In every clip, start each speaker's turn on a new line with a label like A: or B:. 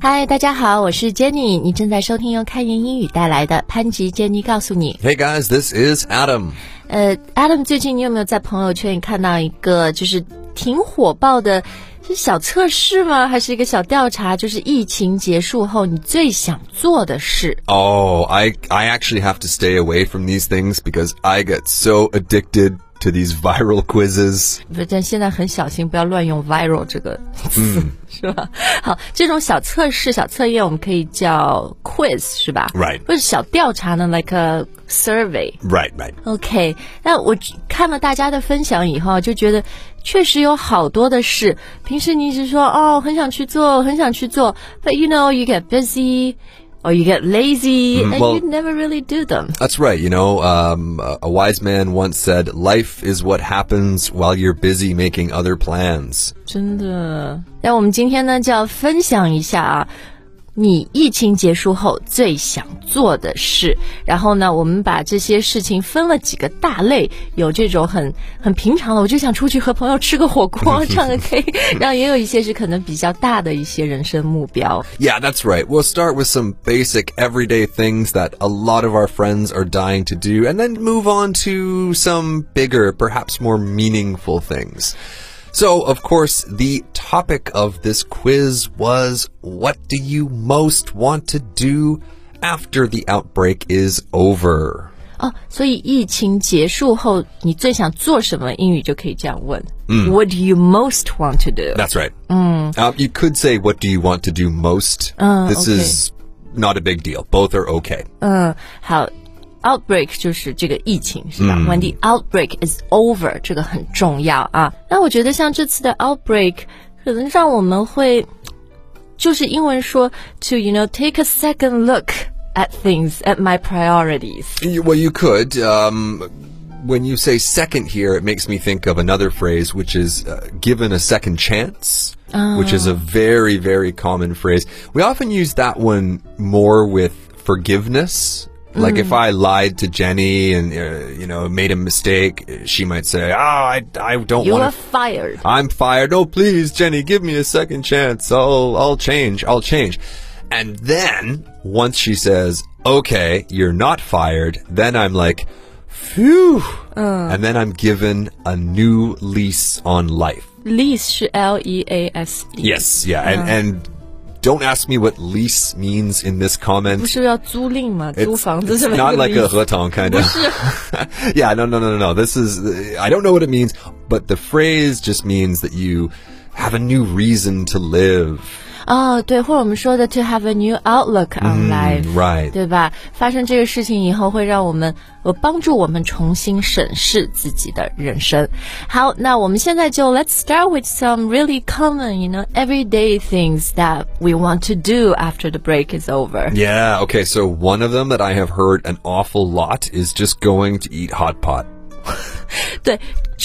A: 嗨，大家好，我是 Jenny，你正在收听由开言英语带来的潘吉 Jenny 告诉你。
B: Hey guys, this is Adam.
A: 呃，Adam，最近你有没有在朋友圈里看到一个就是挺火爆的，是小测试吗？还是一个小调查？就是疫情结束后你最想做的事？
B: Oh, I I actually have to stay away from these things because I get so addicted to these viral quizzes.
A: 不，但现在很小心，不要乱用 viral 这个词，是吧？好，这种小测试、小测验，我们可以叫 quiz，是吧
B: Right
A: 或者小调查呢，like a survey。
B: Right, right.
A: OK，那我看了大家的分享以后，就觉得确实有好多的事。平时你一直说哦，很想去做，很想去做，but you know you get busy or you get lazy and
B: well-
A: you never really do them。
B: That's right. You know, um, a a wise man once said, "Life is what happens while you're busy making other plans."
A: 真的。那我们今天呢，就要分享一下啊，你疫情结束后最想做的事。然后呢，我们把这些事情分了几个大类，有这种很很平常的，我就想出去和朋友吃个火 锅唱个 K，然后也有一些是可能比较大的一些人生目标。
B: Yeah, that's right. We'll start with some basic everyday things that a lot of our friends are dying to do and then move on to some bigger, perhaps more meaningful things. So, of course, the topic of this quiz was what do you most want to do after the outbreak is over?
A: 哦，所以疫情结束后，你最想做什么？英语就可以这样问、w h a t do you most want to do？
B: That's right. Uh, you could say, what do you want to do most? this
A: okay.
B: is not a big deal. Both are okay.
A: 嗯，好，outbreak 就是这个疫情是吧、w h e n the outbreak is over，这个很重要啊。那我觉得像这次的 outbreak，可能让我们会，就是英文说 to you know take a second look at things at my priorities。
B: Y- Well, you could. Um, when you say second here, it makes me think of another phrase, which is uh, given a second chance, which is a very, very common phrase. We often use that one more with forgiveness. Like if I lied to Jenny and uh, you know made a mistake, she might say, "Ah, I, I don't
A: You are
B: want to."
A: fired。
B: I'm fired. Oh, please, Jenny, give me a second chance. I'll, I'll change. I'll change. And then once she says, okay, you're not fired, then I'm like, phew. And then I'm given a new lease on life.
A: Lease 是 L E A S E，
B: Yes. Yeah. And, and don't ask me what lease means in this
A: 不
B: comment.
A: 是要租赁吗？租
B: It's,
A: 房子
B: it's
A: 是吧
B: not like
A: 这
B: a
A: 个
B: hutong kind
A: 不
B: of.
A: 是
B: yeah, no, no, no, no, no. This is, I don't know what it means, but the phrase just means that you have a new reason to live.
A: 哦，对，或者我们说的 to have a new outlook on life。
B: Mm, Right.
A: 对吧？发生这个事情以后，会让我们呃帮助我们重新审视自己的人生。好，那我们现在就 Let's start with some really common, you know, everyday things that we want to do after the break is over.
B: Yeah, okay, so one of them that I have heard an awful lot is just going to eat hot pot.
A: 对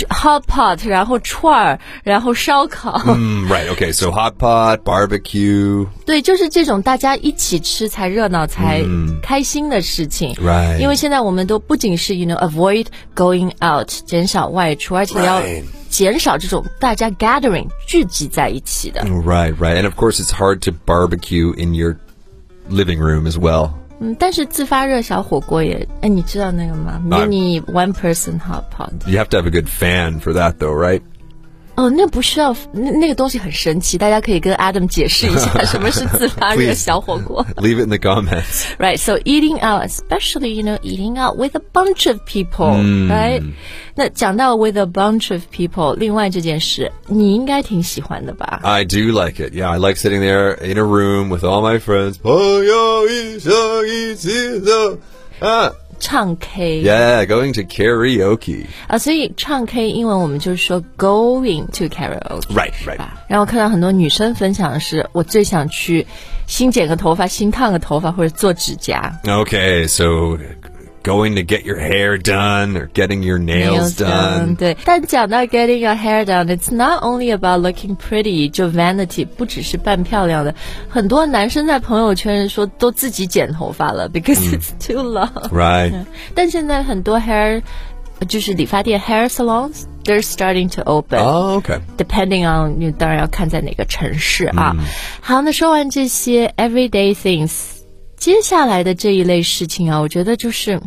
A: ，hot pot，然后串儿，然后烧烤，
B: Mm, right, okay, so hot pot, barbecue.
A: 对，就是这种大家一起吃才热闹、才开心的事情。
B: 嗯 Right.
A: 因为现在我们都不仅是 you know avoid going out，减少外出，而且要
B: Right.
A: 减少这种大家 gathering 聚集在一起的。
B: Right, right. And of course, it's hard to barbecue in your living room as well.
A: 嗯，但是自发热小火锅也，哎，你知道那个吗？Mini one person hot pot。
B: You have to have a good fan for that, though, right?
A: 哦，那不需要，那那个东西很神奇，大家可以跟 Adam 解释一下什么是自发热
B: Please.
A: 小火锅。
B: Leave it in the comments.
A: Right, so eating out, especially you know eating out with a bunch of people,
B: Mm.
A: right? 那讲到 with a bunch of people，另外这件事你应该挺喜欢的吧？
B: I do like it. Yeah, I like sitting there in a room with all my friends. Oh, 朋友一生一起走. Ah,
A: 唱 K 啊
B: yeah, going to karaoke.
A: 所以唱 K 英文我们就是说 going to karaoke。
B: Right, right.
A: 吧然后看到很多女生分享的是，我最想去新剪个头发、新烫个头发或者做指甲。
B: Okay, so going to get your hair done or getting your nails, done.
A: 对，但讲到 getting your hair done, it's not only about looking pretty，就 vanity 不只是扮漂亮的。很多男生在朋友圈说都自己剪头发了，because
B: Mm.
A: it's too long。
B: Right.
A: 但现在很多 hair 就是理发店 hair salons。They're starting to open.
B: Oh, okay.
A: depending on 你当然要看在哪个城市啊。好，那说完这些 everyday things，接下来的这一类事情啊，我觉得就是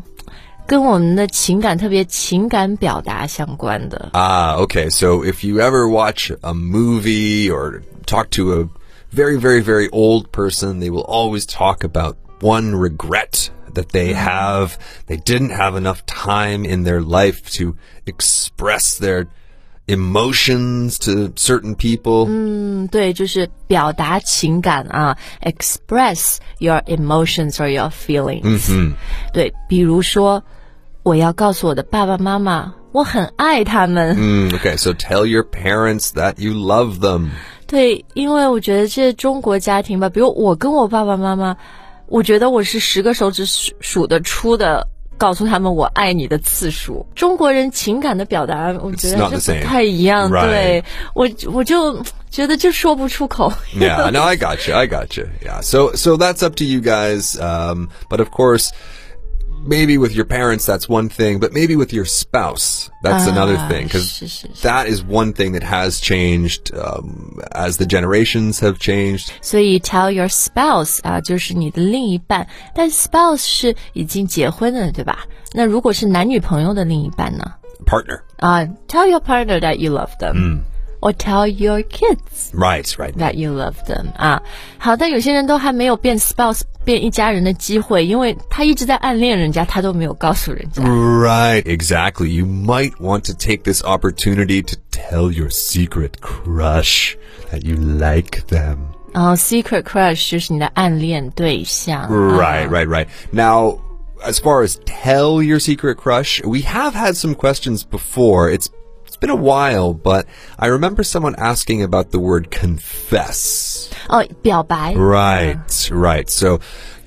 A: 跟我们的情感，特别情感表达相关的。
B: Ah, okay. So if you ever watch a movie or talk to a very, very, very old person, they will always talk about one regret that they have. They didn't have enough time in their life to express their emotions to certain people.
A: 嗯，对，就是表达情感啊，express your emotions or your feelings。嗯对，比如说，我要告诉我的爸爸妈妈，我很爱他们。
B: Mm, okay. So tell your parents that you love them.
A: 对，因为我觉得这中国家庭吧，比如我跟我爸爸妈妈，我觉得我是十个手指数数得出的，告诉他们我爱你的次数。中国人情感的表达，我觉
B: It's
A: 得
B: not
A: 这
B: the
A: 不
B: same.
A: 太一样。
B: Right.
A: 对我，我就觉得就说不出口。
B: yeah, no, I got you. I got you. Yeah. So, so that's up to you guys. Um, but of course, maybe with your parents, that's one thing, but maybe with your spouse, that's another thing.
A: Ah, sh- sh-
B: Cause
A: sh-
B: that is one thing that has changed, um, as the generations have changed.
A: 所以 tell your spouse 啊，就是你的另一半。但 spouse 是已经结婚的，对吧？那如果是男女朋友的另一半呢？
B: Partner.
A: 啊、t e l l your partner that you love them，、or
B: 嗯
A: tell your kids。
B: Right, right.
A: that you love them 啊。好，但有些人都还没有变 spouse 变一家人的机会，因为他一直在暗恋人家，他都没有告诉人家。
B: Right, exactly. You might want to take this opportunity to tell your secret crush that you like them.
A: 然后 secret crush 就是你的暗恋对象。啊
B: Right, right, right. Now, as far as tell your secret crush, we have had some questions before. It's it's been a while, but I remember someone asking about the word confess.
A: 哦，表白。
B: Right, right. So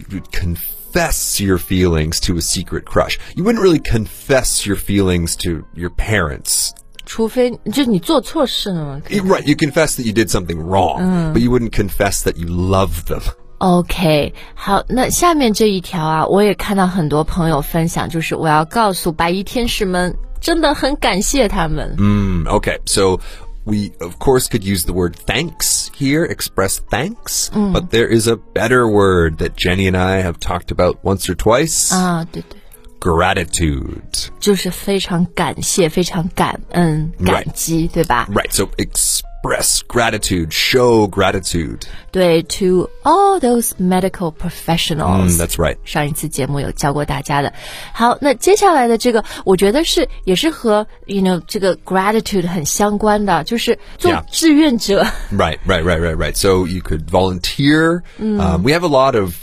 B: you would confess your feelings to a secret crush. You wouldn't really confess your feelings to your parents.
A: 除非就是你做错事了嘛。
B: You- Right, you confess that you did something wrong, but you wouldn't confess that you love them.
A: OK，好，那下面这一条啊，我也看到很多朋友分享，就是我要告诉白衣天使们，真的很感谢他们。
B: Mm, okay, so we of course could use the word thanks here, express thanks, but there is a better word that Jenny and I have talked about once or twice:
A: 啊，对对。
B: gratitude.
A: 就是非常感谢，非常感恩、感
B: Right.
A: 激对吧？
B: Right, so express gratitude, show gratitude.
A: 对，to all those medical professionals。
B: Mm, that's right.
A: 上一次节目有教过大家的。好，那接下来的这个，我觉得是也是和 you know 这个 gratitude 很相关的，就是做
B: Yeah.
A: 志愿者。
B: Right, right, right, right, right. So you could volunteer. Um, we have a lot of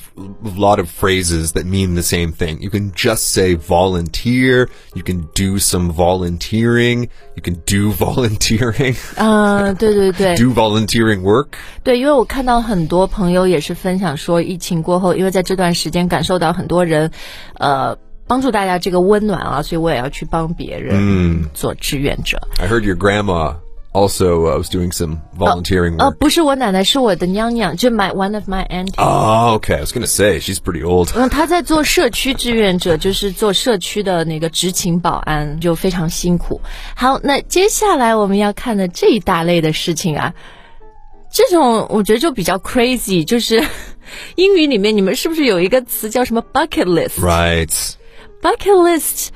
B: lot of phrases that mean the same thing. You can just say volunteer. You can do some volunteering. You can do volunteering.
A: 嗯，对对对
B: do volunteering work.
A: 对，因为我看到很多朋友也是分享说，疫情过后，因为在这段时间感受到很多人，呃。帮助大家这个温暖啊，所以我也要去帮别人
B: 嗯
A: 做志愿者。
B: I heard your grandma also uh, was doing some volunteering
A: 呃，
B: work.
A: 不是我奶奶，是我的娘娘，就 my one of my auntie。
B: Oh, okay. I was gonna say she's pretty old.
A: 嗯，她在做社区志愿者，就是做社区的那个执勤保安，就非常辛苦。好，那接下来我们要看的这一大类的事情啊，这种我觉得就比较 crazy，就是英语里面你们是不是有一个词叫什么 bucket list？
B: Right.
A: bucket list。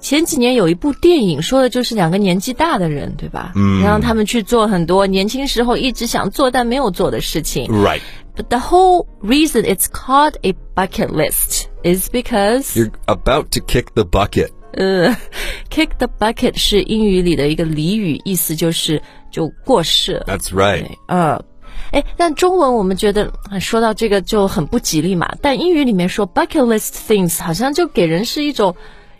A: 前几年有一部电影，说的就是两个年纪大的人，对吧？嗯，让他们去做很多年轻时候一直想做但没有做的事情。
B: Right.
A: But the whole reason it's called a bucket list is because
B: You're about to kick the bucket.
A: kick the bucket 是英语里的一个俚语，意思就是就过世了。
B: That's right.
A: 嗯，哎，但中文我们觉得哎说到这个就很不吉利嘛，但英语里面说 bucket list things 好像就给人是一种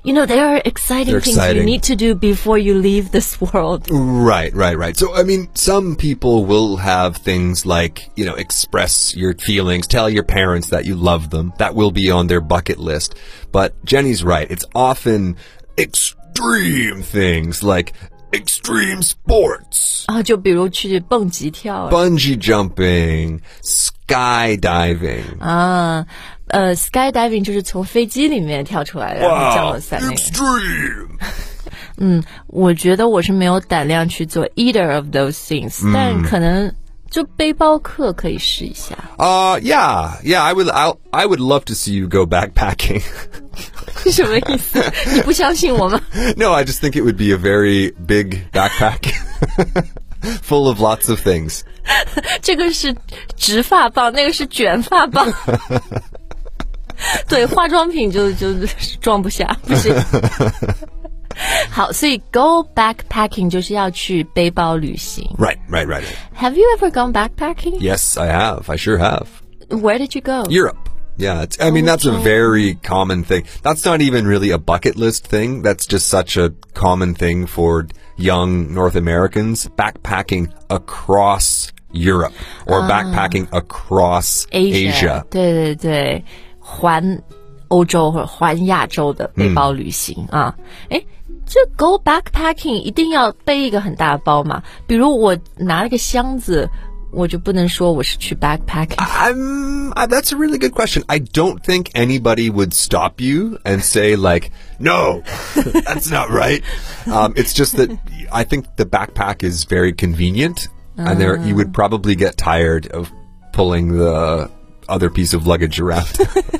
A: you know, there are exciting
B: They're
A: things you
B: exciting.
A: need to do before you leave this world.
B: Right, right, right. So, I mean, some people will have things like, you know, express your feelings, tell your parents that you love them. That will be on their bucket list. But Jenny's right. It's often extreme things like extreme sports,
A: 啊，就比如去蹦极跳
B: bungee jumping, skydiving.
A: Uh, 啊，呃，skydiving 就是从飞机里面跳出来，然后降落伞那个。
B: extreme.
A: 我觉得我是没有胆量去做 either of those things，、但可能就背包客可以试一下。
B: Uh, yeah, yeah, I would, I'll, I would love to see you go backpacking.
A: 什么意思？你不相信我吗？
B: No, I just think it would be a very big backpack full of lots of things.
A: 这个是直发棒，那个是卷发棒。对，化妆品就就装不下，不行。好，所以 go backpacking 就是要去背包旅行。
B: Right, right, right.
A: Have you ever gone backpacking?
B: Yes, I have. I sure have.
A: Where did you go?
B: Europe. Yeah, it's, I mean, that's a very common thing. That's not even really a bucket list thing. That's just such a common thing for young North Americans backpacking across Europe or backpacking across
A: Asia，,
B: Asia.
A: 对对对，环欧洲或者环亚洲的背包旅行、啊。哎，这 go backpacking 一定要背一个很大的包嘛？比如我拿了个箱子，我就不能说我是去 backpacking。
B: I'm, I, that's a really good question. I don't think anybody would stop you and say, like, no, that's not right. Um, it's just that I think the backpack is very convenient, and there you would probably get tired of pulling the other piece of luggage around.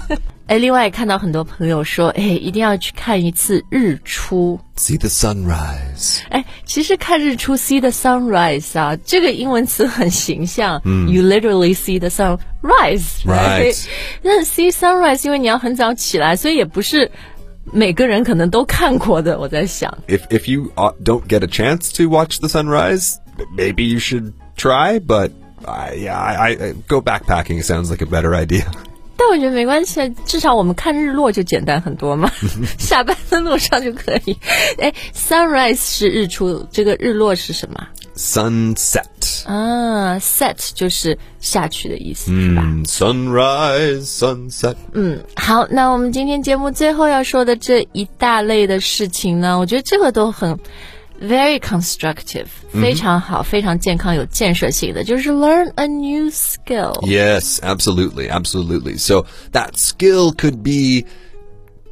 A: 哎，另外看到很多朋友说，哎，一定要去看一次日出。
B: See the sunrise.
A: 哎，其实看日出 see the sunrise 啊，这个英文词很形象。You literally see the sunrise, right?
B: Right.
A: 那 see sunrise，因为你要很早起来，所以也不是每个人可能都看过的。我在想，
B: If if you uh, don't get a chance to watch the sunrise, maybe you should try. But I, yeah, I, I go backpacking sounds like a better idea.
A: 但我觉得没关系，啊至少我们看日落就简单很多嘛。下班的路上就可以。哎，sunrise 是日出，这个日落是什么
B: Sunset.
A: 啊？set 就是下去的意思，是吧？
B: Mm, sunrise, sunset.
A: 好，那我们今天节目最后要说的这一大类的事情呢，我觉得这个都很 very constructive，非
B: 嗯
A: 常好，非常健康，有建设性的，就是 learn a new skill。
B: Yes, absolutely, absolutely. So that skill could be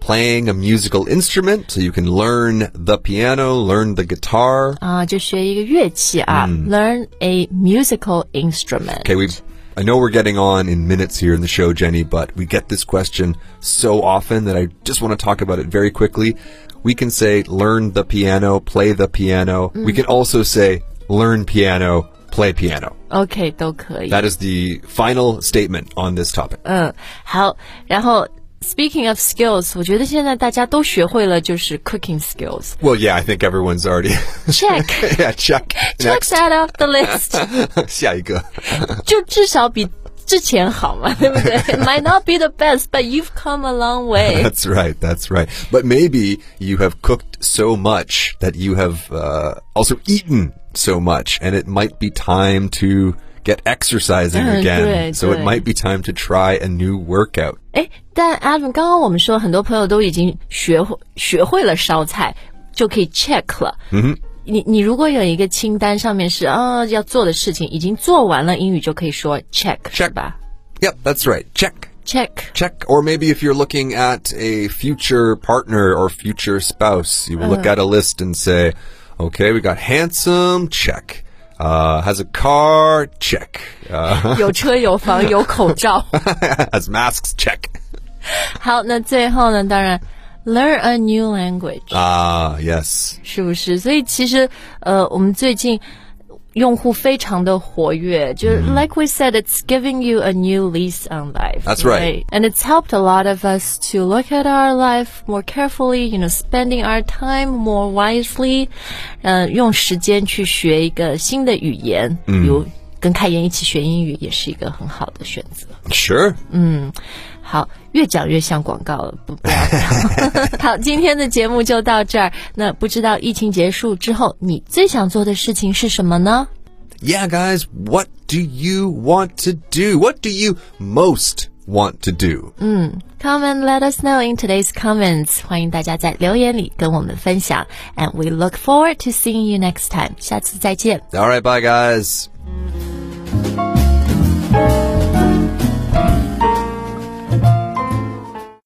B: playing a musical instrument, so you can learn the piano, learn the guitar.
A: 啊，就学一个乐器啊、l e a r n a musical instrument。
B: 嗯 Okay, we I know we're getting on in minutes here in the show, Jenny, but we get this question so often that I just want to talk about it very quickly. We can say learn the piano, play the piano. We can also say learn piano, play piano.
A: OK，都可以。
B: That is the final statement on this topic.
A: 嗯，好，然后 speaking of skills，我觉得现在大家都学会了就是 cooking skills。
B: Well, yeah, I think everyone's already.
A: Check，check
B: yeah, check.
A: that off the list。
B: 下一个。
A: 就至少比之前好 嘛，对不对？Might not be the best, but you've come a long way。
B: That's right. That's right. But maybe you have cooked so much that you have uh, also eaten so much, and it might be time to get exercising
A: 嗯，
B: again.
A: 对，
B: So it
A: 对。
B: might be time to try a new workout.
A: 哎，但 Adam，刚刚我们说很多朋友都已经学会学会了烧菜，就可以 check 了。嗯你你如果有一个清单，上面是啊、要做的事情已经做完了，英语就可以说 check，是
B: Check
A: 吧
B: Yep, that's right. Check.
A: ？check
B: Check. Or maybe if you're looking at a future partner or future spouse, you will look at a list and say, okay, we got handsome, check. Uh, has a car, check. Uh,
A: 有车有房有口 罩。
B: has masks, check.
A: 好，那最后呢，当然 learn a new language。
B: Ah, yes.
A: 是不是？所以其实，呃，我们最近用户非常的活跃，就是 like we said, it's giving you a new lease on life.
B: That's right.
A: And it's helped a lot of us to look at our life more carefully. You know, spending our time more wisely. 呃，用时间去学一个新的语言，比如跟开言一起学英语，也是一个很好的选择。
B: Sure.
A: 好，越讲越像广告了，不不要讲。 好，今天的节目就到这儿。那不知道疫情结束之后，你最想做的事情是什么呢？
B: Yeah, guys, what do you want to do? What do you most want to do?
A: Comment, let us know in today's comments. 欢迎大家在留言里跟我们分享。And we look forward to seeing you next time. 下次再见。
B: All right, bye, guys.